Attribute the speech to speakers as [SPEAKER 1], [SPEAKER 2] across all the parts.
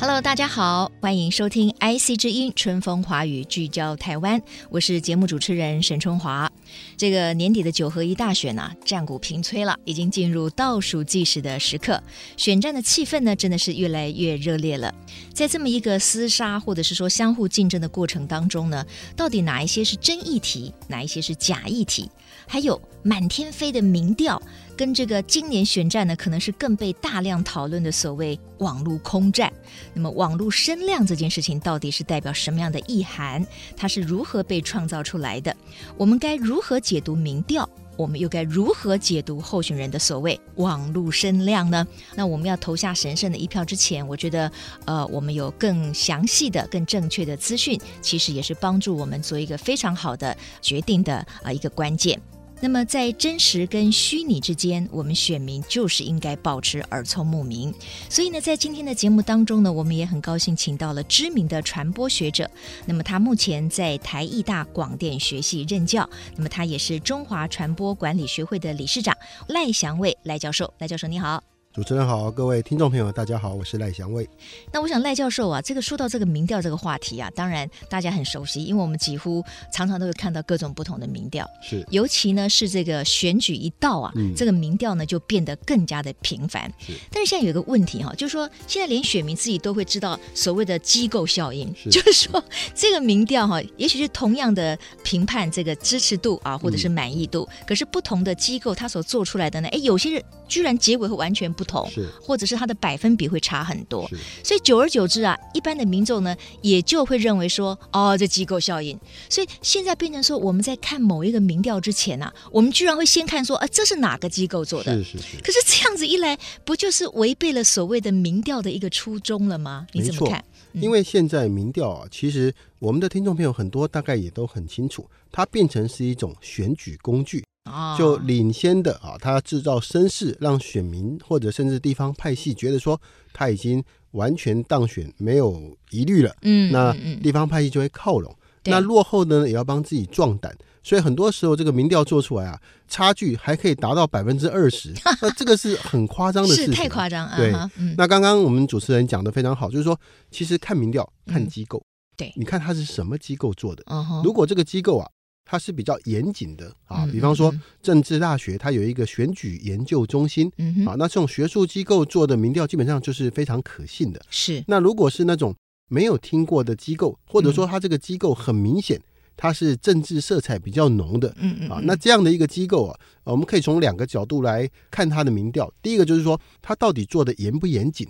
[SPEAKER 1] Hello，大家好，欢迎收听 IC 之音春风华语聚焦台湾，我是节目主持人沈春华。这个年底的九合一大选呢、战鼓频催了，已经进入倒数计时的时刻，选战的气氛呢，真的是越来越热烈了。在这么一个厮杀或者是说相互竞争的过程当中呢，到底哪一些是真议题，哪一些是假议题？还有满天飞的民调，跟这个今年选战呢，可能是更被大量讨论的所谓网络空战。那么，网络声量这件事情到底是代表什么样的意涵？它是如何被创造出来的？我们该如何解读民调？我们又该如何解读候选人的所谓网络声量呢？那我们要投下神圣的一票之前，我觉得，呃，我们有更详细的、更正确的资讯，其实也是帮助我们做一个非常好的决定的啊、呃一个关键。那么，在真实跟虚拟之间，我们选民就是应该保持耳聪目明。所以呢，在今天的节目当中呢，我们也很高兴请到了知名的传播学者。那么他目前在台艺大广电学系任教，那么他也是中华传播管理学会的理事长赖祥卫赖教授。赖教授你好。
[SPEAKER 2] 主持人好，各位听众朋友，大家好，我是赖祥卫。
[SPEAKER 1] 那我想赖教授啊，这个说到这个民调这个话题啊，当然大家很熟悉，因为我们几乎常常都会看到各种不同的民调。
[SPEAKER 2] 是
[SPEAKER 1] 尤其呢是这个选举一到啊，
[SPEAKER 2] 嗯
[SPEAKER 1] 这个民调呢就变得更加的频繁
[SPEAKER 2] 是。
[SPEAKER 1] 但是现在有一个问题哈、就是说现在连选民自己都会知道所谓的机构效应，
[SPEAKER 2] 是
[SPEAKER 1] 就是说这个民调哈、也许是同样的评判这个支持度啊，或者是满意度，
[SPEAKER 2] 嗯
[SPEAKER 1] 可是不同的机构它所做出来的呢，哎，有些人居然结果会完全不同，
[SPEAKER 2] 是
[SPEAKER 1] 或者是它的百分比会差很多。
[SPEAKER 2] 是
[SPEAKER 1] 所以久而久之啊，一般的民众呢也就会认为说，哦，这机构效应。所以现在变成说，我们在看某一个民调之前啊，我们居然会先看说，啊，这是哪个机构做的？
[SPEAKER 2] 是是是，
[SPEAKER 1] 可是这样子一来，不就是违背了所谓的民调的一个初衷了吗？你怎
[SPEAKER 2] 没
[SPEAKER 1] 么
[SPEAKER 2] 错
[SPEAKER 1] 看？嗯
[SPEAKER 2] 因为现在民调啊，其实我们的听众朋友很多大概也都很清楚，它变成是一种选举工具，
[SPEAKER 1] 啊
[SPEAKER 2] 就领先的啊，它制造声势，让选民或者甚至地方派系觉得说他已经完全当选，没有疑虑了。
[SPEAKER 1] 嗯
[SPEAKER 2] 那
[SPEAKER 1] 嗯嗯
[SPEAKER 2] 地方派系就会靠拢。
[SPEAKER 1] 对
[SPEAKER 2] 那落后的呢，也要帮自己壮胆。所以很多时候，这个民调做出来啊，差距还可以达到百分之 二十，那这个是很夸张的事
[SPEAKER 1] 是
[SPEAKER 2] 情。
[SPEAKER 1] 太夸张啊！
[SPEAKER 2] 对
[SPEAKER 1] 哈嗯，
[SPEAKER 2] 那刚刚我们主持人讲的非常好，就是说，其实看民调、看机构，
[SPEAKER 1] 嗯对
[SPEAKER 2] 你看它是什么机构做的。
[SPEAKER 1] 嗯哼
[SPEAKER 2] 如果这个机构啊，它是比较严谨的啊，
[SPEAKER 1] 嗯
[SPEAKER 2] 比方说
[SPEAKER 1] 嗯
[SPEAKER 2] 政治大学，它有一个选举研究中心
[SPEAKER 1] 嗯哼，
[SPEAKER 2] 啊，那这种学术机构做的民调基本上就是非常可信的。
[SPEAKER 1] 是
[SPEAKER 2] 那如果是那种没有听过的机构，或者说
[SPEAKER 1] 嗯
[SPEAKER 2] 它这个机构很明显它是政治色彩比较浓的，
[SPEAKER 1] 嗯嗯
[SPEAKER 2] 啊，
[SPEAKER 1] 嗯
[SPEAKER 2] 那这样的一个机构啊，呃我们可以从两个角度来看它的民调。第一个就是说，它到底做的严不严谨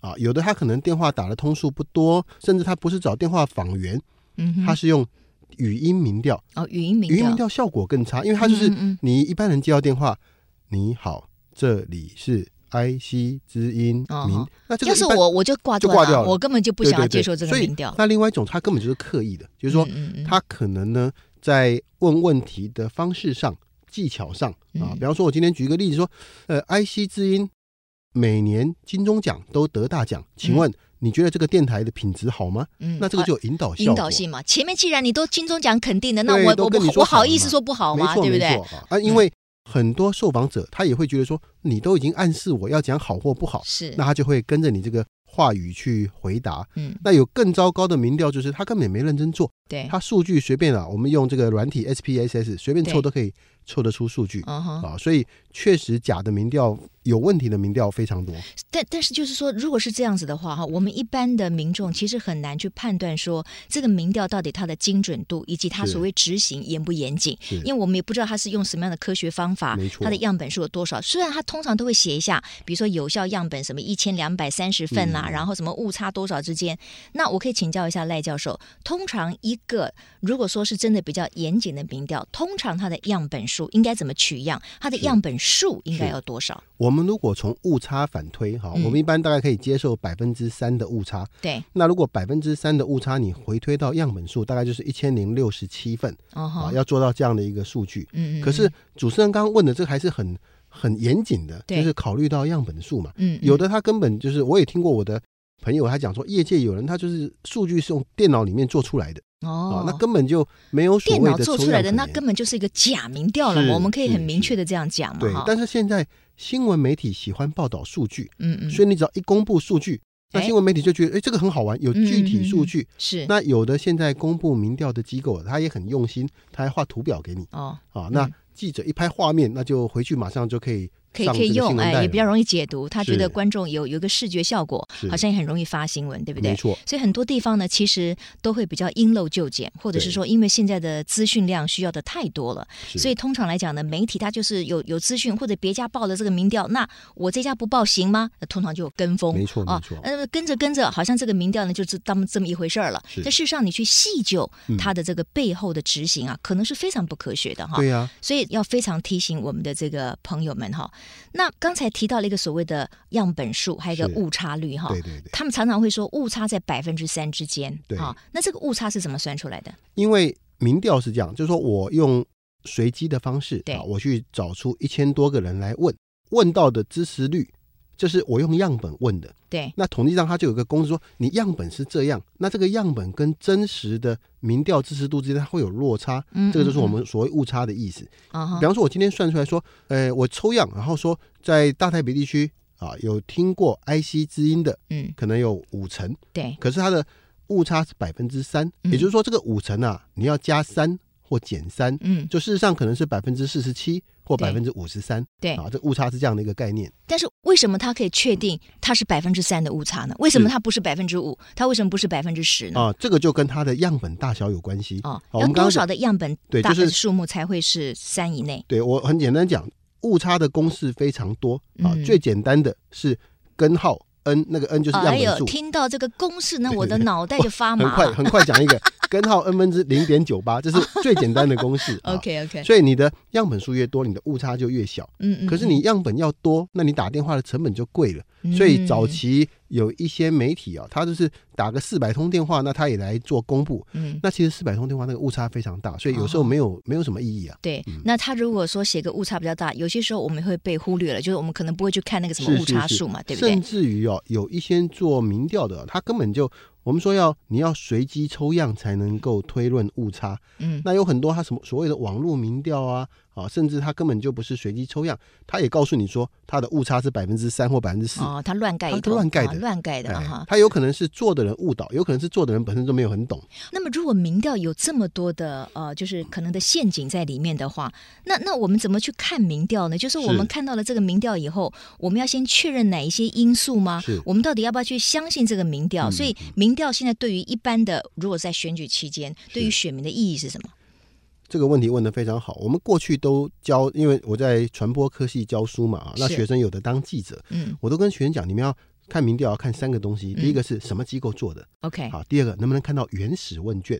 [SPEAKER 2] 啊？有的他可能电话打的通数不多，甚至他不是找电话访员，
[SPEAKER 1] 嗯哼
[SPEAKER 2] 他是用语音民调，
[SPEAKER 1] 哦，语音民
[SPEAKER 2] 语音
[SPEAKER 1] 调
[SPEAKER 2] 民调效果更差，因为它就是
[SPEAKER 1] 嗯嗯嗯
[SPEAKER 2] 你一般人接到电话，你好，这里是 IC 之音
[SPEAKER 1] 哦
[SPEAKER 2] 民，
[SPEAKER 1] 好
[SPEAKER 2] 那这个
[SPEAKER 1] 要是
[SPEAKER 2] 一般
[SPEAKER 1] 我我就挂
[SPEAKER 2] 就
[SPEAKER 1] 断
[SPEAKER 2] 挂掉了
[SPEAKER 1] 我根本就不
[SPEAKER 2] 对
[SPEAKER 1] 想要
[SPEAKER 2] 对对
[SPEAKER 1] 接受这个
[SPEAKER 2] 所以
[SPEAKER 1] 民调。
[SPEAKER 2] 那另外一种，他根本就是刻意的，就是说
[SPEAKER 1] 嗯嗯嗯
[SPEAKER 2] 他可能呢在问问题的方式上、技巧上啊，
[SPEAKER 1] 嗯
[SPEAKER 2] 比方说，我今天举一个例子说，呃，IC 之音每年金钟奖都得大奖，请问你觉得这个电台的品质好吗？
[SPEAKER 1] 嗯
[SPEAKER 2] 那这个
[SPEAKER 1] 啊
[SPEAKER 2] 就有引导效果
[SPEAKER 1] 引导性嘛，前面既然你都金钟奖肯定的，那
[SPEAKER 2] 对
[SPEAKER 1] 我
[SPEAKER 2] 都
[SPEAKER 1] 我
[SPEAKER 2] 跟你
[SPEAKER 1] 不
[SPEAKER 2] 说
[SPEAKER 1] 我
[SPEAKER 2] 好
[SPEAKER 1] 好
[SPEAKER 2] 了
[SPEAKER 1] 意思
[SPEAKER 2] 嘛
[SPEAKER 1] 说不好
[SPEAKER 2] 没
[SPEAKER 1] 吗？
[SPEAKER 2] 错
[SPEAKER 1] 对不
[SPEAKER 2] 没
[SPEAKER 1] 对？嗯
[SPEAKER 2] 错啊，因为很多受访者他也会觉得说，你都已经暗示我要讲好或不好，
[SPEAKER 1] 是，
[SPEAKER 2] 那他就会跟着你这个话语去回答。
[SPEAKER 1] 嗯，
[SPEAKER 2] 那有更糟糕的民调，就是他根本也没认真做，
[SPEAKER 1] 对，
[SPEAKER 2] 它数据随便啊，我们用这个软体 SPSS 随便
[SPEAKER 1] 对
[SPEAKER 2] 凑都可以凑得出数据
[SPEAKER 1] 嗯哼。
[SPEAKER 2] 啊，所以确实假的民调有问题的民调非常多，
[SPEAKER 1] 但但是就是说，如果是这样子的话，哈，我们一般的民众其实很难去判断说这个民调到底它的精准度以及它
[SPEAKER 2] 是
[SPEAKER 1] 所谓执行严不严谨，
[SPEAKER 2] 是
[SPEAKER 1] 因为我们也不知道它是用什么样的科学方法
[SPEAKER 2] 没，错
[SPEAKER 1] 它的样本数有多少。虽然它通常都会写一下，比如说有效样本什么一千两百三十份啦、
[SPEAKER 2] 嗯
[SPEAKER 1] 然后什么误差多少之间。那我可以请教一下赖教授，通常一个如果说是真的比较严谨的民调，通常它的样本数应该怎么取样？它的样本数应该
[SPEAKER 2] 是
[SPEAKER 1] 要多少？
[SPEAKER 2] 我们如果从误差反推哈，
[SPEAKER 1] 嗯
[SPEAKER 2] 我们一般大概可以接受百分之三的误差。
[SPEAKER 1] 对，
[SPEAKER 2] 那如果百分之三的误差，你回推到样本数，大概就是一千零六十七份
[SPEAKER 1] 哦
[SPEAKER 2] 啊，
[SPEAKER 1] 哈，
[SPEAKER 2] 要做到这样的一个数据。
[SPEAKER 1] 嗯嗯，嗯
[SPEAKER 2] 可是主持人刚刚问的这个还是很很严谨的，
[SPEAKER 1] 对
[SPEAKER 2] 就是考虑到样本数嘛。
[SPEAKER 1] 嗯，嗯
[SPEAKER 2] 有的他根本就是，我也听过我的朋友他讲说，业界有人他就是数据是用电脑里面做出来的啊
[SPEAKER 1] 哦，，
[SPEAKER 2] 那根本就没有所
[SPEAKER 1] 电
[SPEAKER 2] 谓
[SPEAKER 1] 脑
[SPEAKER 2] 的
[SPEAKER 1] 做
[SPEAKER 2] 抽
[SPEAKER 1] 出来
[SPEAKER 2] 样
[SPEAKER 1] 的
[SPEAKER 2] 可
[SPEAKER 1] 那
[SPEAKER 2] 言
[SPEAKER 1] 根本就是一个假民调了
[SPEAKER 2] 是
[SPEAKER 1] 嘛，我们可以
[SPEAKER 2] 是
[SPEAKER 1] 很明
[SPEAKER 2] 是
[SPEAKER 1] 确的这样讲嘛，
[SPEAKER 2] 对
[SPEAKER 1] 哈，，
[SPEAKER 2] 但是现在新闻媒体喜欢报道数据，
[SPEAKER 1] 嗯嗯，
[SPEAKER 2] 所以你只要一公布数据，那
[SPEAKER 1] 哎
[SPEAKER 2] 新闻媒体就觉得，哎，这个很好玩，有具
[SPEAKER 1] 嗯嗯嗯
[SPEAKER 2] 体数
[SPEAKER 1] 嗯
[SPEAKER 2] 据。
[SPEAKER 1] 是
[SPEAKER 2] 那有的现在公布民调的机构，他也很用心，他还画图表给你
[SPEAKER 1] 哦，
[SPEAKER 2] 啊。那
[SPEAKER 1] 嗯
[SPEAKER 2] 记者一拍画面，那就回去马上就可以
[SPEAKER 1] 可以
[SPEAKER 2] 上
[SPEAKER 1] 可以
[SPEAKER 2] 这个新
[SPEAKER 1] 用，
[SPEAKER 2] 闻带
[SPEAKER 1] 哎，也
[SPEAKER 2] 了
[SPEAKER 1] 比较容易解读，他觉得
[SPEAKER 2] 是
[SPEAKER 1] 观众有有一个视觉效果，
[SPEAKER 2] 是
[SPEAKER 1] 好像也很容易发新闻，对不对
[SPEAKER 2] 没？错，
[SPEAKER 1] 所以很多地方呢，其实都会比较因陋就简，或者是
[SPEAKER 2] 对
[SPEAKER 1] 说，因为现在的资讯量需要的太多了，
[SPEAKER 2] 是
[SPEAKER 1] 所以通常来讲呢，媒体它就是有有资讯或者别家报了这个民调，那我这家不报行吗？那通常就跟风，
[SPEAKER 2] 没错
[SPEAKER 1] 啊
[SPEAKER 2] 没错，
[SPEAKER 1] 呃，跟着跟着，好像这个民调呢就是当这么一回事儿了。
[SPEAKER 2] 是
[SPEAKER 1] 但事实上，你去细究
[SPEAKER 2] 嗯
[SPEAKER 1] 它的这个背后的执行啊，可能是非常不科学的哈。
[SPEAKER 2] 对呀、
[SPEAKER 1] 所以要非常提醒我们的这个朋友们哈。那刚才提到了一个所谓的样本数，还有一个
[SPEAKER 2] 是
[SPEAKER 1] 误差率哈。
[SPEAKER 2] 对对对，
[SPEAKER 1] 他们常常会说误差在百分之三之间，
[SPEAKER 2] 对
[SPEAKER 1] 啊，那这个误差是怎么算出来的？
[SPEAKER 2] 因为民调是这样，就是说我用随机的方式，
[SPEAKER 1] 对
[SPEAKER 2] 啊，我去找出一千多个人来问，问到的支持率，这是我用样本问的。
[SPEAKER 1] 对，
[SPEAKER 2] 那统计上它就有个公式说，你样本是这样，那这个样本跟真实的民调支持度之间它会有落差，
[SPEAKER 1] 嗯
[SPEAKER 2] 这个就是我
[SPEAKER 1] 嗯
[SPEAKER 2] 们所谓误差的意思。
[SPEAKER 1] 啊哈
[SPEAKER 2] 比，方说，我今天算出来说，呃，我抽样，然后说在大台北地区啊，有听过 IC 之音的，
[SPEAKER 1] 嗯，
[SPEAKER 2] 可能有五成，
[SPEAKER 1] 对，
[SPEAKER 2] 可是它的误差是百分之三，
[SPEAKER 1] 嗯
[SPEAKER 2] 也就是说，这个五成啊，你要加三或减三，
[SPEAKER 1] 嗯，
[SPEAKER 2] 就事实上可能是百分之四十七或
[SPEAKER 1] 对
[SPEAKER 2] 百分之五十三，
[SPEAKER 1] 对
[SPEAKER 2] 啊，这误差是这样的一个概念。
[SPEAKER 1] 但是为什么他可以确定它是百分之三的误差呢？为什么它不是百分之五？它为什么不是百分之十呢？
[SPEAKER 2] 啊，这个就跟它的样本大小有关系。
[SPEAKER 1] 嗯
[SPEAKER 2] 啊
[SPEAKER 1] 哦，
[SPEAKER 2] 我
[SPEAKER 1] 要
[SPEAKER 2] 们刚
[SPEAKER 1] 多
[SPEAKER 2] 刚
[SPEAKER 1] 少的样本
[SPEAKER 2] 对
[SPEAKER 1] 大
[SPEAKER 2] 就是
[SPEAKER 1] 的数目才会是三以内？
[SPEAKER 2] 对我很简单讲，误差的公式非常多啊，
[SPEAKER 1] 嗯
[SPEAKER 2] 最简单的是根号 n，那个 n 就是样
[SPEAKER 1] 哎
[SPEAKER 2] 本
[SPEAKER 1] 呦，
[SPEAKER 2] 数，
[SPEAKER 1] 听到这个公式呢，
[SPEAKER 2] 对对
[SPEAKER 1] 我的
[SPEAKER 2] 对
[SPEAKER 1] 脑袋就发
[SPEAKER 2] 很
[SPEAKER 1] 麻
[SPEAKER 2] 快
[SPEAKER 1] 了。。
[SPEAKER 2] 很快讲一个根号 n 分之零点九八，这是最简单的公式 啊
[SPEAKER 1] OK OK，
[SPEAKER 2] 所以你的样本数越多，你的误差就越小。
[SPEAKER 1] 嗯嗯，
[SPEAKER 2] 可是你样本要多，那你打电话的成本就贵了。
[SPEAKER 1] 嗯
[SPEAKER 2] 所以早期有一些媒体啊，他就是打个四百通电话，那他也来做公布。
[SPEAKER 1] 嗯。
[SPEAKER 2] 那其实四百通电话那个误差非常大，所以有
[SPEAKER 1] 哦
[SPEAKER 2] 时候没有、没有什么意义啊。
[SPEAKER 1] 对，那他如果说写个误差比较大，有些时候我们会被忽略了，就是我们可能不会去看那个什么
[SPEAKER 2] 是
[SPEAKER 1] 误差
[SPEAKER 2] 是是
[SPEAKER 1] 数嘛，对不对？
[SPEAKER 2] 甚至于哦，有一些做民调的，啊他根本就我们说要你要随机抽样才能够推论误差。
[SPEAKER 1] 嗯，
[SPEAKER 2] 那有很多他什么所谓的网络民调啊啊，甚至他根本就不是随机抽样，他也告诉你说他的误差是百分之三或百分之四。
[SPEAKER 1] 哦，他乱盖一
[SPEAKER 2] 他
[SPEAKER 1] 通，
[SPEAKER 2] 乱盖
[SPEAKER 1] 啊、
[SPEAKER 2] 的
[SPEAKER 1] 乱盖的啊哈、
[SPEAKER 2] 哎，他有可能是做的人误导，有可能是做的人本身就没有很懂。
[SPEAKER 1] 那么，如果民调有这么多的呃，就是可能的陷阱在里面的话，那那我们怎么去看民调呢？就是我们
[SPEAKER 2] 是
[SPEAKER 1] 看到了这个民调以后，我们要先确认哪一些因素吗
[SPEAKER 2] 是？嗯
[SPEAKER 1] 我们到底要不要去相信这个民调？所以，民调现在对于一般的，如果在选举期间，对于选民的意义是什么？
[SPEAKER 2] 这个问题问得非常好。我们过去都教，因为我在传播科系教书嘛啊，那
[SPEAKER 1] 是
[SPEAKER 2] 学生有的当记者，
[SPEAKER 1] 嗯
[SPEAKER 2] 我都跟学生讲，你们要看民调要啊看三个东西，
[SPEAKER 1] 嗯
[SPEAKER 2] 第一个是什么机构做的，
[SPEAKER 1] ，OK，
[SPEAKER 2] 好，第二个能不能看到原始问卷，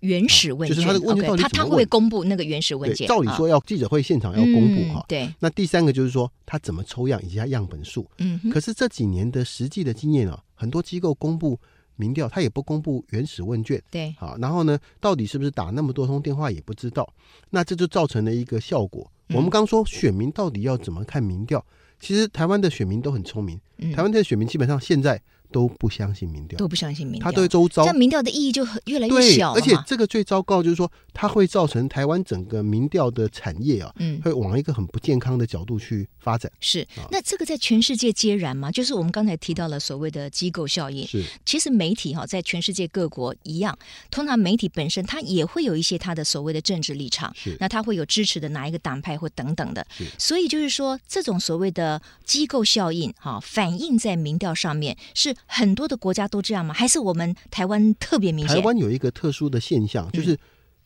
[SPEAKER 1] 原始问卷、
[SPEAKER 2] 就是他的问卷
[SPEAKER 1] o
[SPEAKER 2] 到
[SPEAKER 1] k
[SPEAKER 2] 底
[SPEAKER 1] 他
[SPEAKER 2] 怎
[SPEAKER 1] 他会
[SPEAKER 2] 么
[SPEAKER 1] 不会
[SPEAKER 2] 问
[SPEAKER 1] 公布那个原始
[SPEAKER 2] 对
[SPEAKER 1] 问，卷？
[SPEAKER 2] 照理
[SPEAKER 1] 啊
[SPEAKER 2] 说要记者会现场要公布
[SPEAKER 1] 嗯
[SPEAKER 2] 哈。
[SPEAKER 1] 对，
[SPEAKER 2] 那第三个就是说，他怎么抽样以及他样本数。
[SPEAKER 1] 嗯哼，
[SPEAKER 2] 可是这几年的实际的经验啊，很多机构公布民调，他也不公布原始问卷，
[SPEAKER 1] 对，
[SPEAKER 2] 好，然后呢，到底是不是打那么多通电话也不知道，那这就造成了一个效果。
[SPEAKER 1] 嗯
[SPEAKER 2] 我们刚说选民到底要怎么看民调，其实台湾的选民都很聪明，
[SPEAKER 1] 嗯
[SPEAKER 2] 台湾的选民基本上现在都不相信民调，
[SPEAKER 1] 都不相信民调，
[SPEAKER 2] 他对周遭
[SPEAKER 1] 这样民调的意义就很越来越
[SPEAKER 2] 对，
[SPEAKER 1] 小了
[SPEAKER 2] 而且
[SPEAKER 1] 嘛。
[SPEAKER 2] 这个最糟糕就是说，它会造成台湾整个民调的产业啊，
[SPEAKER 1] 嗯，
[SPEAKER 2] 会往一个很不健康的角度去发展。
[SPEAKER 1] 是，那这个在全世界皆然吗？就是我们刚才提到了所谓的机构效应。
[SPEAKER 2] 是
[SPEAKER 1] 其实媒体哈、在全世界各国一样，通常媒体本身它也会有一些它的所谓的政治立场，
[SPEAKER 2] 是
[SPEAKER 1] 那它会有支持的哪一个党派或等等的
[SPEAKER 2] 是。
[SPEAKER 1] 所以就是说，这种所谓的机构效应哈、反映在民调上面，是很多的国家都这样吗？还是我们台湾特别明
[SPEAKER 2] 台
[SPEAKER 1] 显？嗯
[SPEAKER 2] 湾有一个特殊的现象，就是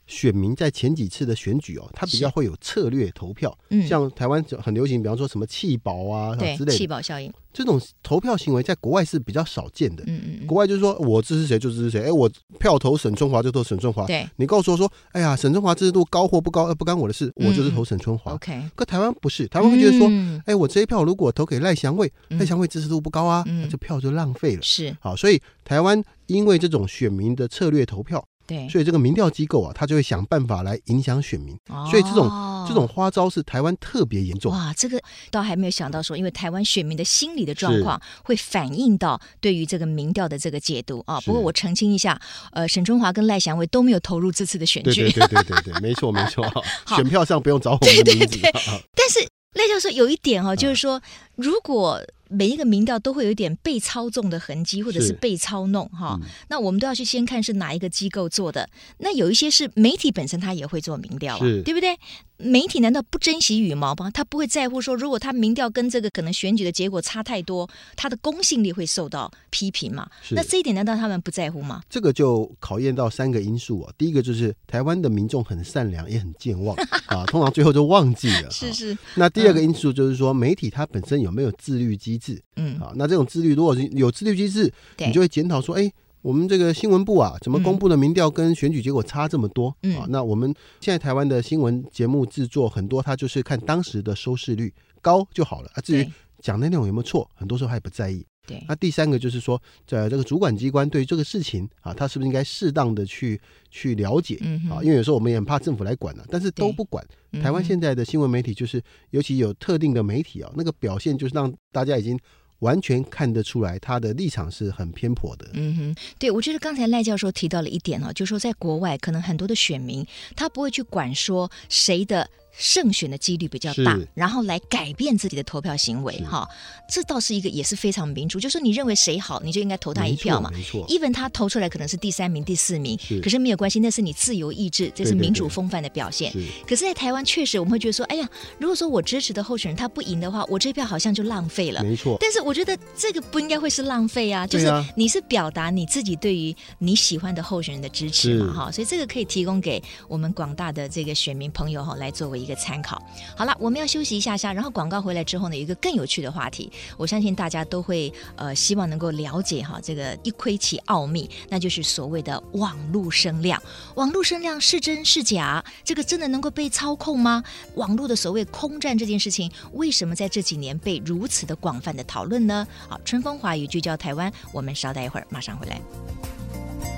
[SPEAKER 2] 选民在前几次的选举哦，他比较
[SPEAKER 1] 是
[SPEAKER 2] 会有策略投票，
[SPEAKER 1] 嗯
[SPEAKER 2] 像台湾很流行，比方说什么弃保啊
[SPEAKER 1] 对
[SPEAKER 2] 之
[SPEAKER 1] 气
[SPEAKER 2] 类的，
[SPEAKER 1] 保效应，
[SPEAKER 2] 这种投票行为在国外是比较少见的。
[SPEAKER 1] 嗯嗯嗯，
[SPEAKER 2] 国外就是说我支持谁就支持谁，哎，我票投沈春华就投沈春华。
[SPEAKER 1] 对
[SPEAKER 2] 你告诉我说，哎呀，沈春华支持度高或不高，呃不干我的事，我就是
[SPEAKER 1] 嗯
[SPEAKER 2] 投沈春华。
[SPEAKER 1] ，OK，
[SPEAKER 2] 可台湾不是，台湾会觉得说，
[SPEAKER 1] 嗯
[SPEAKER 2] 哎，我这一票如果投给赖祥卫，
[SPEAKER 1] 嗯
[SPEAKER 2] 赖祥卫支持度不高啊，
[SPEAKER 1] 嗯
[SPEAKER 2] 那这票就浪费了。
[SPEAKER 1] 是
[SPEAKER 2] 好，所以台湾因为这种选民的策略投票，
[SPEAKER 1] 对，
[SPEAKER 2] 所以这个民调机构啊，他就会想办法来影响选民。所以这种
[SPEAKER 1] 哦
[SPEAKER 2] 这种花招是台湾特别严重。
[SPEAKER 1] 哇，这个倒还没有想到说，因为台湾选民的心理的状况会反映到对于这个民调的这个解读啊。
[SPEAKER 2] 是
[SPEAKER 1] 不过我澄清一下，呃，沈春华跟赖祥伟都没有投入这次的选
[SPEAKER 2] 对
[SPEAKER 1] 举，
[SPEAKER 2] 对对对对对，没错没错，
[SPEAKER 1] 好
[SPEAKER 2] 选票上不用找我们的名字。
[SPEAKER 1] 对对
[SPEAKER 2] 啊
[SPEAKER 1] 但是赖教授有一点哦，就是说，如果每一个民调都会有一点被操纵的痕迹，或者是
[SPEAKER 2] 是
[SPEAKER 1] 被操弄哈、那我们都要去先看是哪一个机构做的。那有一些是媒体本身他也会做民调啊，
[SPEAKER 2] 是
[SPEAKER 1] 对不对？媒体难道不珍惜羽毛吗？他不会在乎说，如果他民调跟这个可能选举的结果差太多，他的公信力会受到批评嘛？
[SPEAKER 2] 是
[SPEAKER 1] 那这一点难道他们不在乎吗？
[SPEAKER 2] 这个就考验到三个因素啊。第一个就是台湾的民众很善良，也很健 忘啊，通常最后就忘记了。啊
[SPEAKER 1] 是，
[SPEAKER 2] 那第二个因素就是说，媒体它本身有没有自律机制
[SPEAKER 1] 嗯，
[SPEAKER 2] 啊？那这种自律，如果是有自律机制，
[SPEAKER 1] 对
[SPEAKER 2] 你就会检讨说，哎。我们这个新闻部啊，怎么公布的民调跟选举结果差这么多、
[SPEAKER 1] 嗯
[SPEAKER 2] 啊？那我们现在台湾的新闻节目制作很多，它就是看当时的收视率高就好了啊。至于
[SPEAKER 1] 对
[SPEAKER 2] 讲的内容有没有错，很多时候他也不在意。
[SPEAKER 1] 对
[SPEAKER 2] 那第三个就是说，呃，这个主管机关对于这个事情啊，他是不是应该适当的去去了解、
[SPEAKER 1] 嗯哼
[SPEAKER 2] 啊？因为有时候我们也很怕政府来管了、啊但是都不管。
[SPEAKER 1] 嗯
[SPEAKER 2] 台湾现在的新闻媒体就是，尤其有特定的媒体啊，那个表现就是让大家已经完全看得出来，他的立场是很偏颇的。
[SPEAKER 1] 嗯哼，对，我觉得刚才赖教授提到了一点哦，就说在国外可能很多的选民他不会去管说谁的胜选的几率比较大
[SPEAKER 2] 是，
[SPEAKER 1] 然后来改变自己的投票行为
[SPEAKER 2] 是
[SPEAKER 1] 哈、这倒是一个也是非常民主，就是你认为谁好，你就应该投他一
[SPEAKER 2] 没错
[SPEAKER 1] 票嘛。
[SPEAKER 2] 没错，
[SPEAKER 1] even 他投出来可能是第三名、第四名，
[SPEAKER 2] 是
[SPEAKER 1] 可是没有关系，那是你自由意志，这是
[SPEAKER 2] 对对
[SPEAKER 1] 民主
[SPEAKER 2] 对
[SPEAKER 1] 风范的表现。
[SPEAKER 2] 是
[SPEAKER 1] 可是，在台湾确实我们会觉得说，哎呀，如果说我支持的候选人他不赢的话，我这票好像就浪费了。
[SPEAKER 2] 没错，
[SPEAKER 1] 但是我觉得这个不应该会是浪费啊，就
[SPEAKER 2] 对
[SPEAKER 1] 是
[SPEAKER 2] 啊
[SPEAKER 1] 你是表达你自己对于你喜欢的候选人的支持嘛，
[SPEAKER 2] 是
[SPEAKER 1] 哈，所以这个可以提供给我们广大的这个选民朋友哈来作为一个参考。好了，我们要休息一下下，然后广告回来之后呢，有一个更有趣的话题，我相信大家都会呃希望能够了解哈这个一窥其奥秘，那就是所谓的网络声量。网络声量是真是假？这个真的能够被操控吗？网络的所谓空战这件事情，为什么在这几年被如此的广泛的讨论呢？好，春风华语聚焦台湾，我们稍待一会儿，马上回来。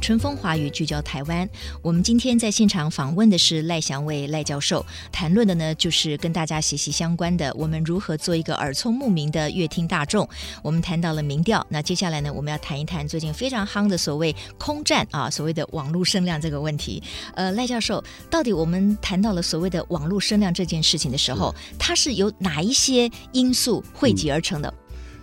[SPEAKER 1] 春风华语聚焦台湾。我们今天在现场访问的是赖祥伟赖教授，谈论的呢就是跟大家息息相关的，我们如何做一个耳聪目明的乐听大众。我们谈到了民调，那接下来呢，我们要谈一谈最近非常夯的所谓空战啊，所谓的网络声量这个问题。呃，赖教授，到底我们谈到了所谓的网络声量这件事情的时候，它是由哪一些因素汇集而成的？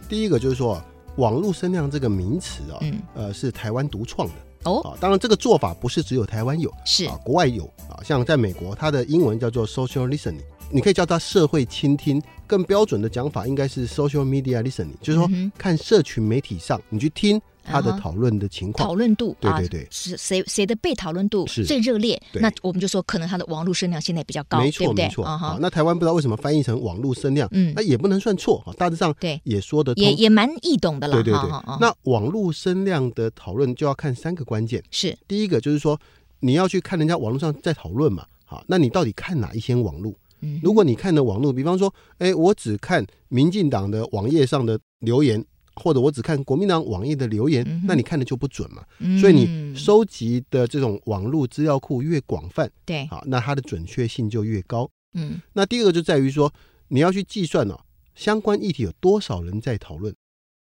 [SPEAKER 2] 第一个就是说，网络声量这个名词啊，
[SPEAKER 1] 嗯，
[SPEAKER 2] 呃，是台湾独创的
[SPEAKER 1] 哦，
[SPEAKER 2] 啊。当然，这个做法不是只有台湾有，
[SPEAKER 1] 是
[SPEAKER 2] 啊，国外有啊，像在美国，它的英文叫做 social listening，你可以叫它社会倾听。更标准的讲法应该是 social media listening，就是说
[SPEAKER 1] 嗯哼
[SPEAKER 2] 看社群媒体上，你去听它
[SPEAKER 1] 啊
[SPEAKER 2] 的
[SPEAKER 1] 哈
[SPEAKER 2] 讨论的情况。
[SPEAKER 1] 讨论度
[SPEAKER 2] 对
[SPEAKER 1] 啊，
[SPEAKER 2] 对对
[SPEAKER 1] 是谁谁的被讨论度
[SPEAKER 2] 是
[SPEAKER 1] 最热烈，
[SPEAKER 2] 对
[SPEAKER 1] 那我们就说可能他的网络声量现在比较高，对
[SPEAKER 2] 没错
[SPEAKER 1] 不对？
[SPEAKER 2] 没错
[SPEAKER 1] 啊哈
[SPEAKER 2] 啊，那台湾不知道为什么翻译成网络声量，
[SPEAKER 1] 嗯
[SPEAKER 2] 那也不能算错啊，大致上
[SPEAKER 1] 对
[SPEAKER 2] 也说得通
[SPEAKER 1] 也。也蛮易懂的了，
[SPEAKER 2] 对对
[SPEAKER 1] 哈
[SPEAKER 2] 对
[SPEAKER 1] 哈哈，
[SPEAKER 2] 那网络声量的讨论就要看三个关键，
[SPEAKER 1] 是
[SPEAKER 2] 第一个就是说你要去看人家网络上在讨论嘛，好，那你到底看哪一些网络？
[SPEAKER 1] 嗯
[SPEAKER 2] 如果你看的网络，比方说，哎，我只看民进党的网页上的留言，或者我只看国民党网页的留言，
[SPEAKER 1] 嗯哼
[SPEAKER 2] 那你看的就不准嘛。
[SPEAKER 1] 嗯
[SPEAKER 2] 所以你收集的这种网络资料库越广泛，
[SPEAKER 1] 对，
[SPEAKER 2] 好，那它的准确性就越高。
[SPEAKER 1] 嗯
[SPEAKER 2] 那第二个就在于说，你要去计算哦，相关议题有多少人在讨论。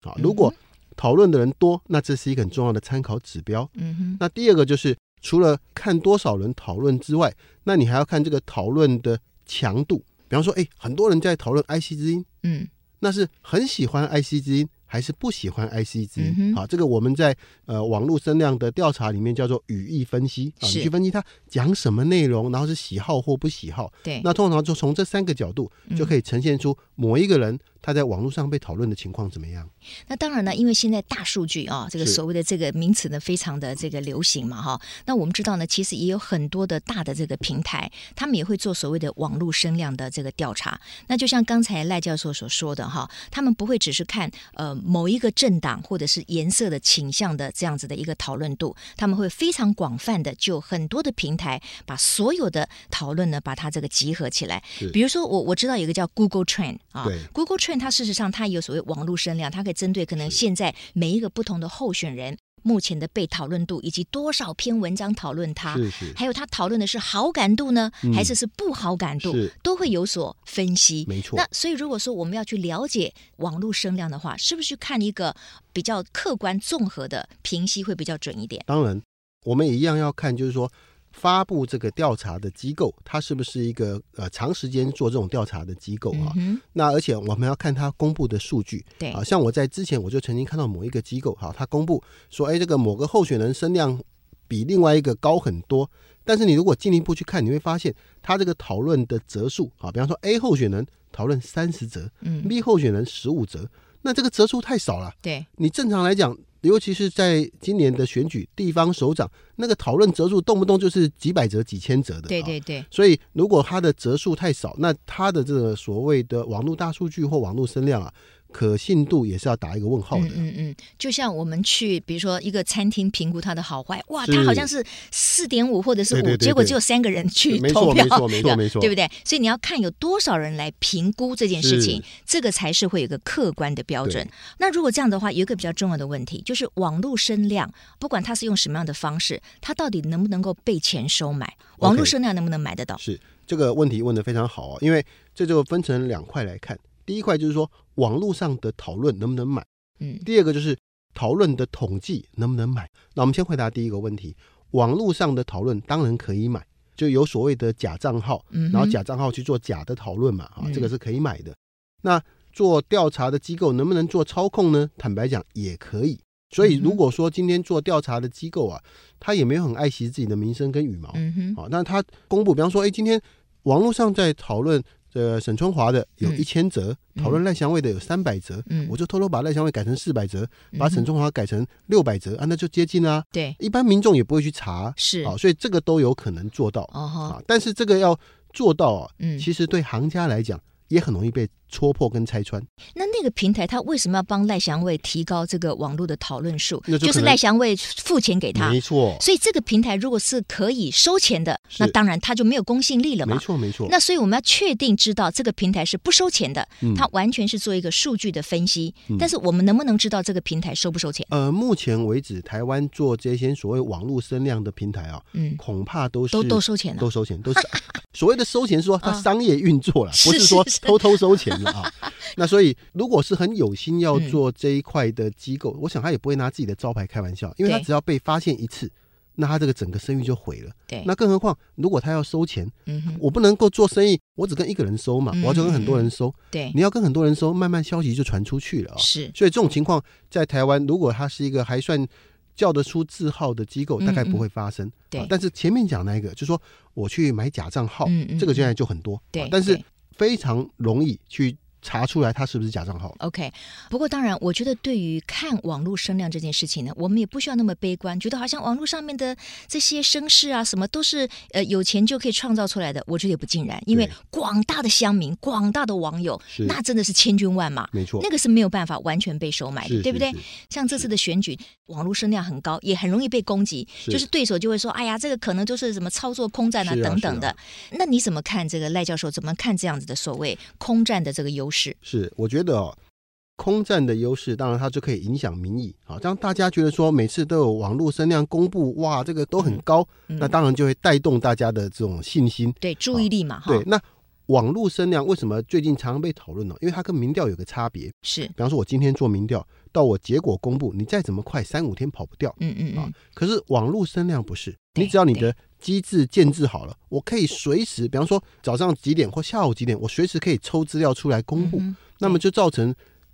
[SPEAKER 2] 好，
[SPEAKER 1] 嗯
[SPEAKER 2] 如果讨论的人多，那这是一个很重要的参考指标。
[SPEAKER 1] 嗯哼，
[SPEAKER 2] 那第二个就是除了看多少人讨论之外，那你还要看这个讨论的强度。比方说，哎，很多人在讨论 IC 之音，
[SPEAKER 1] 嗯
[SPEAKER 2] 那是很喜欢 IC 之音，还是不喜欢 IC 之
[SPEAKER 1] 嗯
[SPEAKER 2] 音？
[SPEAKER 1] 哼
[SPEAKER 2] 好，这个我们在呃网络声量的调查里面叫做语义分析啊，
[SPEAKER 1] 是
[SPEAKER 2] 你去分析它讲什么内容，然后是喜好或不喜好。
[SPEAKER 1] 对，
[SPEAKER 2] 那通常就从这三个角度
[SPEAKER 1] 嗯
[SPEAKER 2] 就可以呈现出某一个人它在网络上被讨论的情况怎么样？
[SPEAKER 1] 那当然了，因为现在大数据啊，这个
[SPEAKER 2] 是
[SPEAKER 1] 所谓的这个名词呢，非常的这个流行嘛，哈。那我们知道呢，其实也有很多的大的这个平台，他们也会做所谓的网络声量的这个调查。那就像刚才赖教授所说的哈，他们不会只是看呃某一个政党或者是颜色的倾向的这样子的一个讨论度，他们会非常广泛的就很多的平台把所有的讨论呢，把它这个集合起来
[SPEAKER 2] 是。
[SPEAKER 1] 比如说我我知道有一个叫 Google Trend 啊
[SPEAKER 2] 对
[SPEAKER 1] ，Google Trend 它事实上它有所谓网络声量，它可以针对可能现在每一个不同的候选人。目前的被讨论度以及多少篇文章讨论它，
[SPEAKER 2] 是是
[SPEAKER 1] 还有他讨论的是好感度呢，
[SPEAKER 2] 嗯
[SPEAKER 1] 还是是不好感度
[SPEAKER 2] 是，
[SPEAKER 1] 都会有所分析。
[SPEAKER 2] 没错
[SPEAKER 1] 那所以如果说我们要去了解网络声量的话，是不是去看一个比较客观综合的评析会比较准一点？
[SPEAKER 2] 当然，我们也一样要看，就是说发布这个调查的机构，它是不是一个呃长时间做这种调查的机构啊？
[SPEAKER 1] 嗯哼，
[SPEAKER 2] 那而且我们要看它公布的数据。
[SPEAKER 1] 对
[SPEAKER 2] 啊，像我在之前我就曾经看到某一个机构，哈、它公布说，哎，这个某个候选人声量比另外一个高很多。但是你如果进一步去看，你会发现它这个讨论的折数，啊，比方说 A 候选人讨论三十折
[SPEAKER 1] 嗯，
[SPEAKER 2] ，B 候选人十五折，那这个折数太少了。
[SPEAKER 1] 对，
[SPEAKER 2] 你正常来讲，尤其是在今年的选举，地方首长那个讨论折数，动不动就是几百折、几千折的、啊
[SPEAKER 1] 对对。对，
[SPEAKER 2] 所以，如果它的折数太少，那它的这个所谓的网络大数据或网络声量啊，可信度也是要打一个问号的。
[SPEAKER 1] 嗯嗯嗯，就像我们去，比如说一个餐厅评估它的好坏，哇，
[SPEAKER 2] 是
[SPEAKER 1] 它好像是四点五或者是
[SPEAKER 2] 对对
[SPEAKER 1] 五，
[SPEAKER 2] 对
[SPEAKER 1] 结果
[SPEAKER 2] 对
[SPEAKER 1] 只有三个人去
[SPEAKER 2] 没错
[SPEAKER 1] 投票，
[SPEAKER 2] 没错没错
[SPEAKER 1] 对
[SPEAKER 2] 没错
[SPEAKER 1] 对不对？所以你要看有多少人来评估这件事
[SPEAKER 2] 是
[SPEAKER 1] 情，这个才是会有一个客观的标准
[SPEAKER 2] 对。
[SPEAKER 1] 那如果这样的话，有一个比较重要的问题，就是网络声量，不管它是用什么样的方式，它到底能不能够被钱收买？网络
[SPEAKER 2] OK
[SPEAKER 1] 声量能不能买得到？
[SPEAKER 2] 是这个问题问得非常好啊，因为这就分成两块来看。第一块就是说，网络上的讨论能不能买。
[SPEAKER 1] 嗯，
[SPEAKER 2] 第二个就是讨论的统计能不能买。那我们先回答第一个问题：网络上的讨论当然可以买，就有所谓的假账号，
[SPEAKER 1] 嗯哼
[SPEAKER 2] 然后假账号去做假的讨论嘛，啊
[SPEAKER 1] 嗯，
[SPEAKER 2] 这个是可以买的。那做调查的机构能不能做操控呢？坦白讲，也可以。所以，
[SPEAKER 1] 嗯哼
[SPEAKER 2] 如果说今天做调查的机构啊，他也没有很爱惜自己的名声跟羽毛，
[SPEAKER 1] 嗯哼，
[SPEAKER 2] 好，那他公布，比方说，哎，今天网络上在讨论呃沈春华的有
[SPEAKER 1] 嗯
[SPEAKER 2] 一千折，讨论赖祥伟的有三百折，
[SPEAKER 1] 嗯
[SPEAKER 2] 我就偷偷把赖祥伟改成四百折，
[SPEAKER 1] 嗯
[SPEAKER 2] 把
[SPEAKER 1] 哼
[SPEAKER 2] 沈春华改成六百折啊，那就接近啦、
[SPEAKER 1] 对，
[SPEAKER 2] 一般民众也不会去查，
[SPEAKER 1] 是，
[SPEAKER 2] 好、
[SPEAKER 1] 哦
[SPEAKER 2] 所以这个都有可能做到、
[SPEAKER 1] 吼，
[SPEAKER 2] 啊。但是这个要做到啊，
[SPEAKER 1] 嗯，
[SPEAKER 2] 其实对行家来讲也很容易被戳破跟拆穿。
[SPEAKER 1] 那那个平台他为什么要帮赖祥伟提高这个网络的讨论数？
[SPEAKER 2] 那就可能
[SPEAKER 1] 是赖祥伟付钱给他，
[SPEAKER 2] 没错，
[SPEAKER 1] 所以这个平台如果是可以收钱的，
[SPEAKER 2] 是
[SPEAKER 1] 那当然他就没有公信力了
[SPEAKER 2] 没
[SPEAKER 1] 嘛。
[SPEAKER 2] 错，没错。
[SPEAKER 1] 那所以我们要确定知道这个平台是不收钱的，
[SPEAKER 2] 嗯
[SPEAKER 1] 它完全是做一个数据的分析。
[SPEAKER 2] 嗯
[SPEAKER 1] 但是我们能不能知道这个平台收不收钱？
[SPEAKER 2] 呃，目前为止，台湾做这些所谓网络声量的平台啊，
[SPEAKER 1] 嗯，
[SPEAKER 2] 恐怕都是
[SPEAKER 1] 都都收钱了
[SPEAKER 2] 都。收钱， 都是所谓的收钱，是说它
[SPEAKER 1] 啊
[SPEAKER 2] 商业运作了，
[SPEAKER 1] 是
[SPEAKER 2] 不是说
[SPEAKER 1] 是是
[SPEAKER 2] 偷偷收钱了啊。 那所以，如果是很有心要
[SPEAKER 1] 嗯
[SPEAKER 2] 做这一块的机构，我想他也不会拿自己的招牌开玩笑，因为他
[SPEAKER 1] 对
[SPEAKER 2] 只要被发现一次，那他这个整个声誉就毁了。
[SPEAKER 1] 对，
[SPEAKER 2] 那更何况，如果他要收钱，
[SPEAKER 1] 嗯哼，
[SPEAKER 2] 我不能够做生意，我只跟一个人收嘛，
[SPEAKER 1] 嗯
[SPEAKER 2] 我要就跟很多人收。
[SPEAKER 1] 对，
[SPEAKER 2] 你要跟很多人收，慢慢消息就传出去了啊。
[SPEAKER 1] 是
[SPEAKER 2] 所以这种情况在台湾，如果它是一个还算叫得出字号的机构，
[SPEAKER 1] 嗯
[SPEAKER 2] 大概不会发生。
[SPEAKER 1] 对
[SPEAKER 2] 啊但是前面讲那一个，就说我去买假账号，
[SPEAKER 1] 嗯嗯
[SPEAKER 2] 这个现在就很多。
[SPEAKER 1] 对
[SPEAKER 2] 啊但是
[SPEAKER 1] 对
[SPEAKER 2] 非常容易去查出来它是不是假账号。
[SPEAKER 1] OK，不过当然，我觉得对于看网络声量这件事情呢，我们也不需要那么悲观，觉得好像网络上面的这些声势啊，什么都是呃有钱就可以创造出来的，我觉得也不尽然，因为
[SPEAKER 2] 对
[SPEAKER 1] 广大的乡民、广大的网友，
[SPEAKER 2] 是
[SPEAKER 1] 那真的是千军万马。
[SPEAKER 2] 没错，
[SPEAKER 1] 那个是没有办法完全被收买的，
[SPEAKER 2] 是
[SPEAKER 1] 对不
[SPEAKER 2] 是
[SPEAKER 1] 对
[SPEAKER 2] 是？
[SPEAKER 1] 像这次的选举，网络声量很高，也很容易被攻击，
[SPEAKER 2] 是
[SPEAKER 1] 就是对手就会说：“哎呀，这个可能就是什么操作空战啊
[SPEAKER 2] 是啊
[SPEAKER 1] 等等的。
[SPEAKER 2] 是啊
[SPEAKER 1] 那你怎么看这个赖教授？怎么看这样子的所谓空战的这个优势？
[SPEAKER 2] 是，我觉得哦，空战的优势，当然它就可以影响民意啊，让大家觉得说每次都有网络声量公布，哇，这个都很高，
[SPEAKER 1] 嗯
[SPEAKER 2] 那当然就会带动大家的这种信心。
[SPEAKER 1] 对，注意力嘛，哈、
[SPEAKER 2] 对，那网络声量为什么最近常常被讨论呢？因为它跟民调有个差别。
[SPEAKER 1] 是，
[SPEAKER 2] 比方说，我今天做民调，到我结果公布，你再怎么快，三五天跑不掉。
[SPEAKER 1] 嗯嗯嗯。
[SPEAKER 2] 啊可是网络声量不是，
[SPEAKER 1] 对
[SPEAKER 2] 你只要你的机制建制好了，我可以随时，比方说早上几点或下午几点，我随时可以抽资料出来公布，
[SPEAKER 1] 嗯哼
[SPEAKER 2] 那么就造成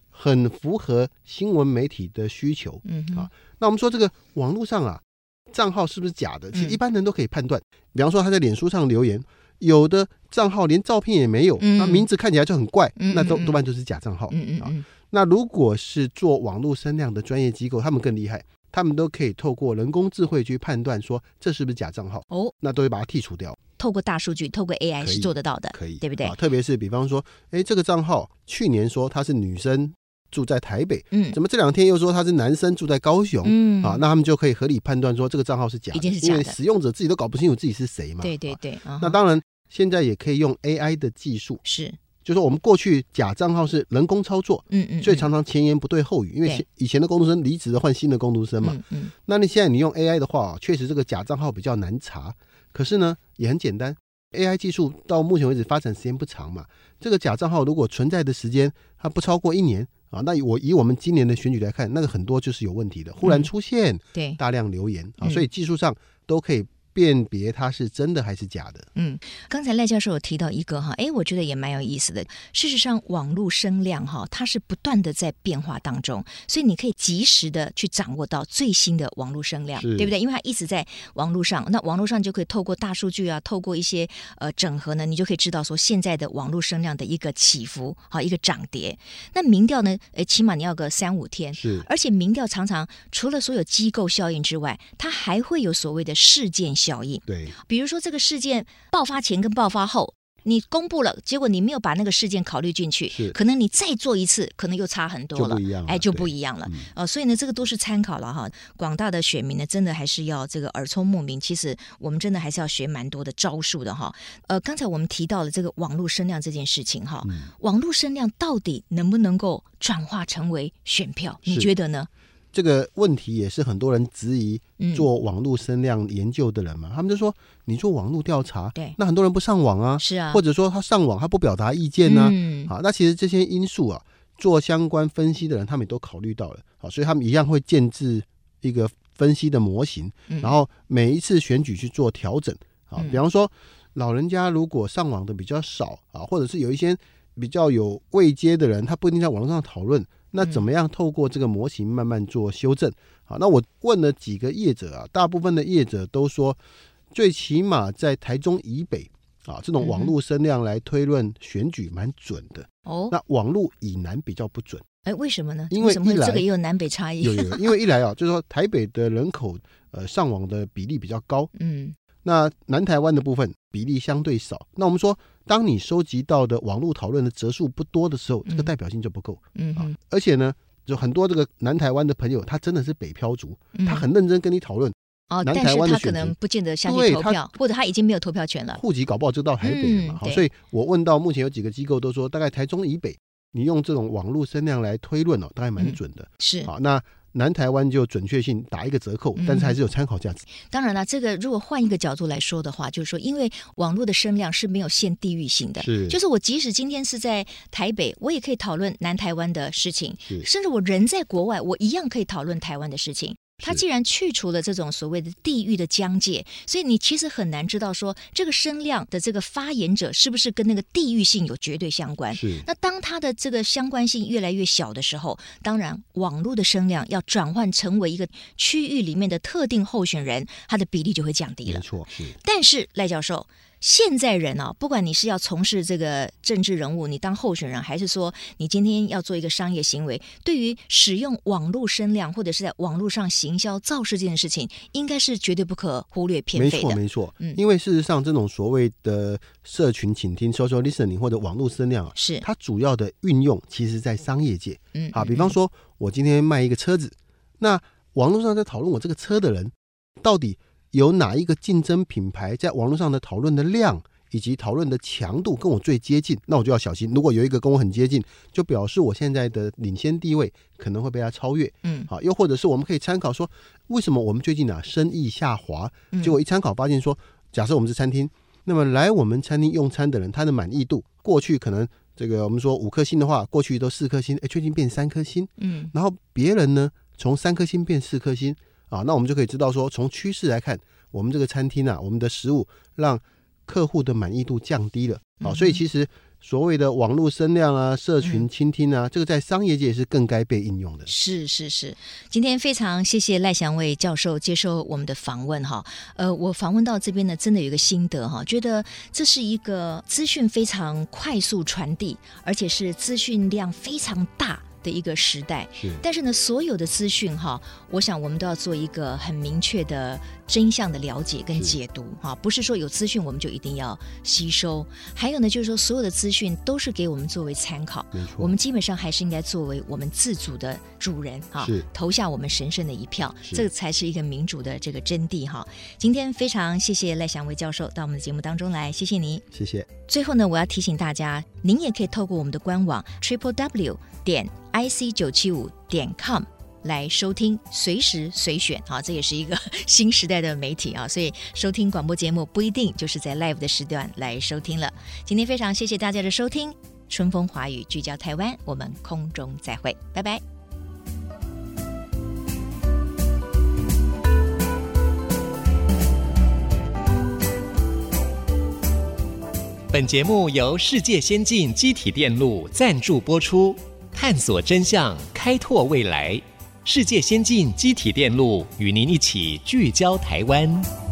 [SPEAKER 2] 很符合新闻媒体的需求。
[SPEAKER 1] 嗯哼
[SPEAKER 2] 啊那我们说这个网络上啊，账号是不是假的，其实
[SPEAKER 1] 嗯
[SPEAKER 2] 一般人都可以判断。比方说他在脸书上留言，有的账号连照片也没有，
[SPEAKER 1] 嗯
[SPEAKER 2] 那名字看起来就很怪，
[SPEAKER 1] 嗯
[SPEAKER 2] 那都
[SPEAKER 1] 嗯嗯
[SPEAKER 2] 多半就是假账号。
[SPEAKER 1] 嗯嗯
[SPEAKER 2] 啊
[SPEAKER 1] 嗯，
[SPEAKER 2] 那如果是做网络声量的专业机构，他们更厉害，他们都可以透过人工智慧去判断说这是不是假账号，
[SPEAKER 1] 哦，
[SPEAKER 2] 那都会把它剔除掉，
[SPEAKER 1] 透过大数据，透过 AI
[SPEAKER 2] 可以
[SPEAKER 1] 是做得到的，
[SPEAKER 2] 可以，
[SPEAKER 1] 对不对
[SPEAKER 2] 啊？特别是比方说，哎，这个账号去年说他是女生住在台北，
[SPEAKER 1] 嗯
[SPEAKER 2] 怎么这两天又说他是男生住在高雄？
[SPEAKER 1] 嗯
[SPEAKER 2] 啊，那他们就可以合理判断说这个账号是假的，
[SPEAKER 1] 一定是假
[SPEAKER 2] 因
[SPEAKER 1] 的
[SPEAKER 2] 为使用者自己都搞不清楚自己是谁嘛。
[SPEAKER 1] 对对
[SPEAKER 2] 啊
[SPEAKER 1] 对，啊
[SPEAKER 2] 那
[SPEAKER 1] 哈
[SPEAKER 2] 当然，现在也可以用 AI 的技术，
[SPEAKER 1] 是，
[SPEAKER 2] 就是我们过去假账号是人工操作，
[SPEAKER 1] 嗯嗯，
[SPEAKER 2] 所以
[SPEAKER 1] 嗯
[SPEAKER 2] 常常前言不对后语，因为
[SPEAKER 1] 对
[SPEAKER 2] 前以前的工读生离职了换新的工读生嘛。
[SPEAKER 1] 嗯嗯
[SPEAKER 2] 那你现在你用 AI 的话，确实这个假账号比较难查，可是呢也很简单。AI 技术到目前为止发展时间不长嘛，这个假账号如果存在的时间它不超过一年啊，那以我以我们今年的选举来看，那个很多就是有问题的，忽然
[SPEAKER 1] 嗯
[SPEAKER 2] 出现
[SPEAKER 1] 对，
[SPEAKER 2] 大量留言啊，
[SPEAKER 1] 嗯
[SPEAKER 2] 所以技术上都可以辨别它是真的还是假的。
[SPEAKER 1] 嗯，刚才赖教授有提到一个哈，哎，我觉得也蛮有意思的。事实上，网络声量哈，它是不断的在变化当中，所以你可以及时的去掌握到最新的网络声量，
[SPEAKER 2] 是
[SPEAKER 1] 对不对？因为它一直在网络上，那网络上就可以透过大数据啊，透过一些呃整合呢，你就可以知道说现在的网络声量的一个起伏，好一个涨跌。那民调呢，哎，起码你要个三五天，
[SPEAKER 2] 是
[SPEAKER 1] 而且民调常常除了所有机构效应之外，它还会有所谓的事件效应。
[SPEAKER 2] 对，
[SPEAKER 1] 比如说这个事件爆发前跟爆发后，你公布了，结果你没有把那个事件考虑进去
[SPEAKER 2] 是，
[SPEAKER 1] 可能你再做一次，可能又差很多
[SPEAKER 2] 就
[SPEAKER 1] 了
[SPEAKER 2] 不。一样了，
[SPEAKER 1] 哎，就不
[SPEAKER 2] 对
[SPEAKER 1] 一样了
[SPEAKER 2] 嗯，
[SPEAKER 1] 呃，所以呢，这个都是参考了哈。广大的选民呢，真的还是要这个耳聪目明。其实我们真的还是要学蛮多的招数的哈。呃，刚才我们提到了这个网络声量这件事情哈，
[SPEAKER 2] 嗯
[SPEAKER 1] 网络声量到底能不能够转化成为选票？你
[SPEAKER 2] 是
[SPEAKER 1] 觉得呢？
[SPEAKER 2] 这个问题也是很多人质疑
[SPEAKER 1] 嗯
[SPEAKER 2] 做网络声量研究的人嘛，他们就说你做网络调查，
[SPEAKER 1] 对
[SPEAKER 2] 那很多人不上网啊，
[SPEAKER 1] 是啊，
[SPEAKER 2] 或者说他上网他不表达意见呢、
[SPEAKER 1] 嗯，
[SPEAKER 2] 好，那其实这些因素啊，做相关分析的人他们也都考虑到了，好，所以他们一样会建制一个分析的模型，
[SPEAKER 1] 嗯
[SPEAKER 2] 然后每一次选举去做调整，好，
[SPEAKER 1] 嗯
[SPEAKER 2] 比方说老人家如果上网的比较少啊，或者是有一些比较有位阶的人，他不一定在网络上讨论，那
[SPEAKER 1] 嗯
[SPEAKER 2] 怎么样透过这个模型慢慢做修正？好，那我问了几个业者啊，大部分的业者都说，最起码在台中以北。啊，这种
[SPEAKER 1] 嗯
[SPEAKER 2] 网
[SPEAKER 1] 哼
[SPEAKER 2] 络声量来推论选举蛮准的。
[SPEAKER 1] 哦，
[SPEAKER 2] 那网络以南比较不准，
[SPEAKER 1] 哎，为什么呢？
[SPEAKER 2] 因为
[SPEAKER 1] 什么会
[SPEAKER 2] 一来
[SPEAKER 1] 这个也有南北差异？
[SPEAKER 2] 有有， 有因为一来啊，就是说台北的人口呃上网的比例比较高，
[SPEAKER 1] 嗯
[SPEAKER 2] 那南台湾的部分比例相对少。那我们说，当你收集到的网络讨论的折数不多的时候，这个
[SPEAKER 1] 嗯
[SPEAKER 2] 代表性就不够、
[SPEAKER 1] 嗯哼
[SPEAKER 2] 啊。而且呢，就很多这个南台湾的朋友，他真的是北漂族，
[SPEAKER 1] 嗯
[SPEAKER 2] 他很认真跟你讨论，
[SPEAKER 1] 哦，
[SPEAKER 2] 南
[SPEAKER 1] 但
[SPEAKER 2] 台
[SPEAKER 1] 是
[SPEAKER 2] 湾的
[SPEAKER 1] 他可
[SPEAKER 2] 选
[SPEAKER 1] 能
[SPEAKER 2] 情
[SPEAKER 1] 不见得下去
[SPEAKER 2] 对
[SPEAKER 1] 投
[SPEAKER 2] 他
[SPEAKER 1] 票，或者他已经没有投票权了。
[SPEAKER 2] 户籍搞不好就到台北了嘛。
[SPEAKER 1] 嗯
[SPEAKER 2] 好，
[SPEAKER 1] 对
[SPEAKER 2] 所以我问到目前有几个机构都说，大概台中以北，你用这种网络声量来推论哦，大概蛮
[SPEAKER 1] 嗯
[SPEAKER 2] 准的。
[SPEAKER 1] 是，
[SPEAKER 2] 好，那南台湾就准确性打一个折扣
[SPEAKER 1] 嗯，
[SPEAKER 2] 但是还是有参考价值。
[SPEAKER 1] 当然了，这个如果换一个角度来说的话，就是说，因为网络的声量是没有限地域性的，
[SPEAKER 2] 是
[SPEAKER 1] 就是我即使今天是在台北，我也可以讨论南台湾的事情，
[SPEAKER 2] 是
[SPEAKER 1] 甚至我人在国外，我一样可以讨论台湾的事情。它
[SPEAKER 2] 是
[SPEAKER 1] 既然去除了这种所谓的地域的疆界，所以你其实很难知道说这个声量的这个发言者是不是跟那个地域性有绝对相关。
[SPEAKER 2] 是
[SPEAKER 1] 嗯那当它的这个相关性越来越小的时候，当然网络的声量要转换成为一个区域里面的特定候选人，它的比例就会降低
[SPEAKER 2] 没
[SPEAKER 1] 了。
[SPEAKER 2] 错，是
[SPEAKER 1] 但是赖教授，现在人啊，不管你是要从事这个政治人物，你当候选人，还是说你今天要做一个商业行为，对于使用网络声量或者是在网络上行销造势这件事情，应该是绝对不可忽略偏
[SPEAKER 2] 没
[SPEAKER 1] 废
[SPEAKER 2] 错
[SPEAKER 1] 的。
[SPEAKER 2] 没错
[SPEAKER 1] 嗯。
[SPEAKER 2] 因为事实上，这种所谓的社群倾听 （social listening） 或者网络声量啊，
[SPEAKER 1] 是，
[SPEAKER 2] 它主要的运用其实在商业界
[SPEAKER 1] 嗯，
[SPEAKER 2] 啊，
[SPEAKER 1] 嗯
[SPEAKER 2] 比方
[SPEAKER 1] 嗯
[SPEAKER 2] 说我今天卖一个车子，那网络上在讨论我这个车的人，到底有哪一个竞争品牌在网络上的讨论的量？以及讨论的强度跟我最接近，那我就要小心。如果有一个跟我很接近，就表示我现在的领先地位可能会被他超越。
[SPEAKER 1] 嗯，
[SPEAKER 2] 好，又或者是我们可以参考说，为什么我们最近啊生意下滑？
[SPEAKER 1] 嗯
[SPEAKER 2] 结果一参考发现说，假设我们是餐厅，那么来我们餐厅用餐的人，他的满意度过去可能这个我们说五颗星的话，过去都四颗星，哎，最近变三颗星，
[SPEAKER 1] 嗯
[SPEAKER 2] 然后别人呢从三颗星变四颗星啊，那我们就可以知道说，从趋势来看，我们这个餐厅啊，我们的食物让客户的满意度降低了。好、所以
[SPEAKER 1] 嗯哼
[SPEAKER 2] 其实所谓的网络声量啊、社群倾听啊，这个在商业界是更该被应用的。
[SPEAKER 1] 是是是，今天非常谢谢赖祥伟教授接受我们的访问哈。呃，我访问到这边呢，真的有一个心得哈，觉得这是一个资讯非常快速传递，而且是资讯量非常大的一个时代。
[SPEAKER 2] 是
[SPEAKER 1] 但是呢，所有的资讯哈，我想我们都要做一个很明确的真相的了解跟解读哈，不是说有资讯我们就一定要吸收。还有呢，就是说所有的资讯都是给我们作为参考，
[SPEAKER 2] 没错，
[SPEAKER 1] 我们基本上还是应该作为我们自主的主人啊
[SPEAKER 2] 是，
[SPEAKER 1] 投下我们神圣的一票，
[SPEAKER 2] 是
[SPEAKER 1] 这个才是一个民主的这个真谛哈。今天非常谢谢赖祥伟教授到我们的节目当中来，谢谢你。
[SPEAKER 2] 谢谢，
[SPEAKER 1] 最后呢，我要提醒大家，您也可以透过我们的官网 triple w 点 i c 九七五点 com。来收听，随时随选啊，这也是一个新时代的媒体啊，所以收听广播节目不一定就是在 live 的时段来收听了。今天非常谢谢大家的收听，春风华语聚焦台湾，我们空中再会，拜拜。
[SPEAKER 3] 本节目由世界先进机体电路赞助播出，探索真相，开拓未来。世界先进机体电路与您一起聚焦台湾。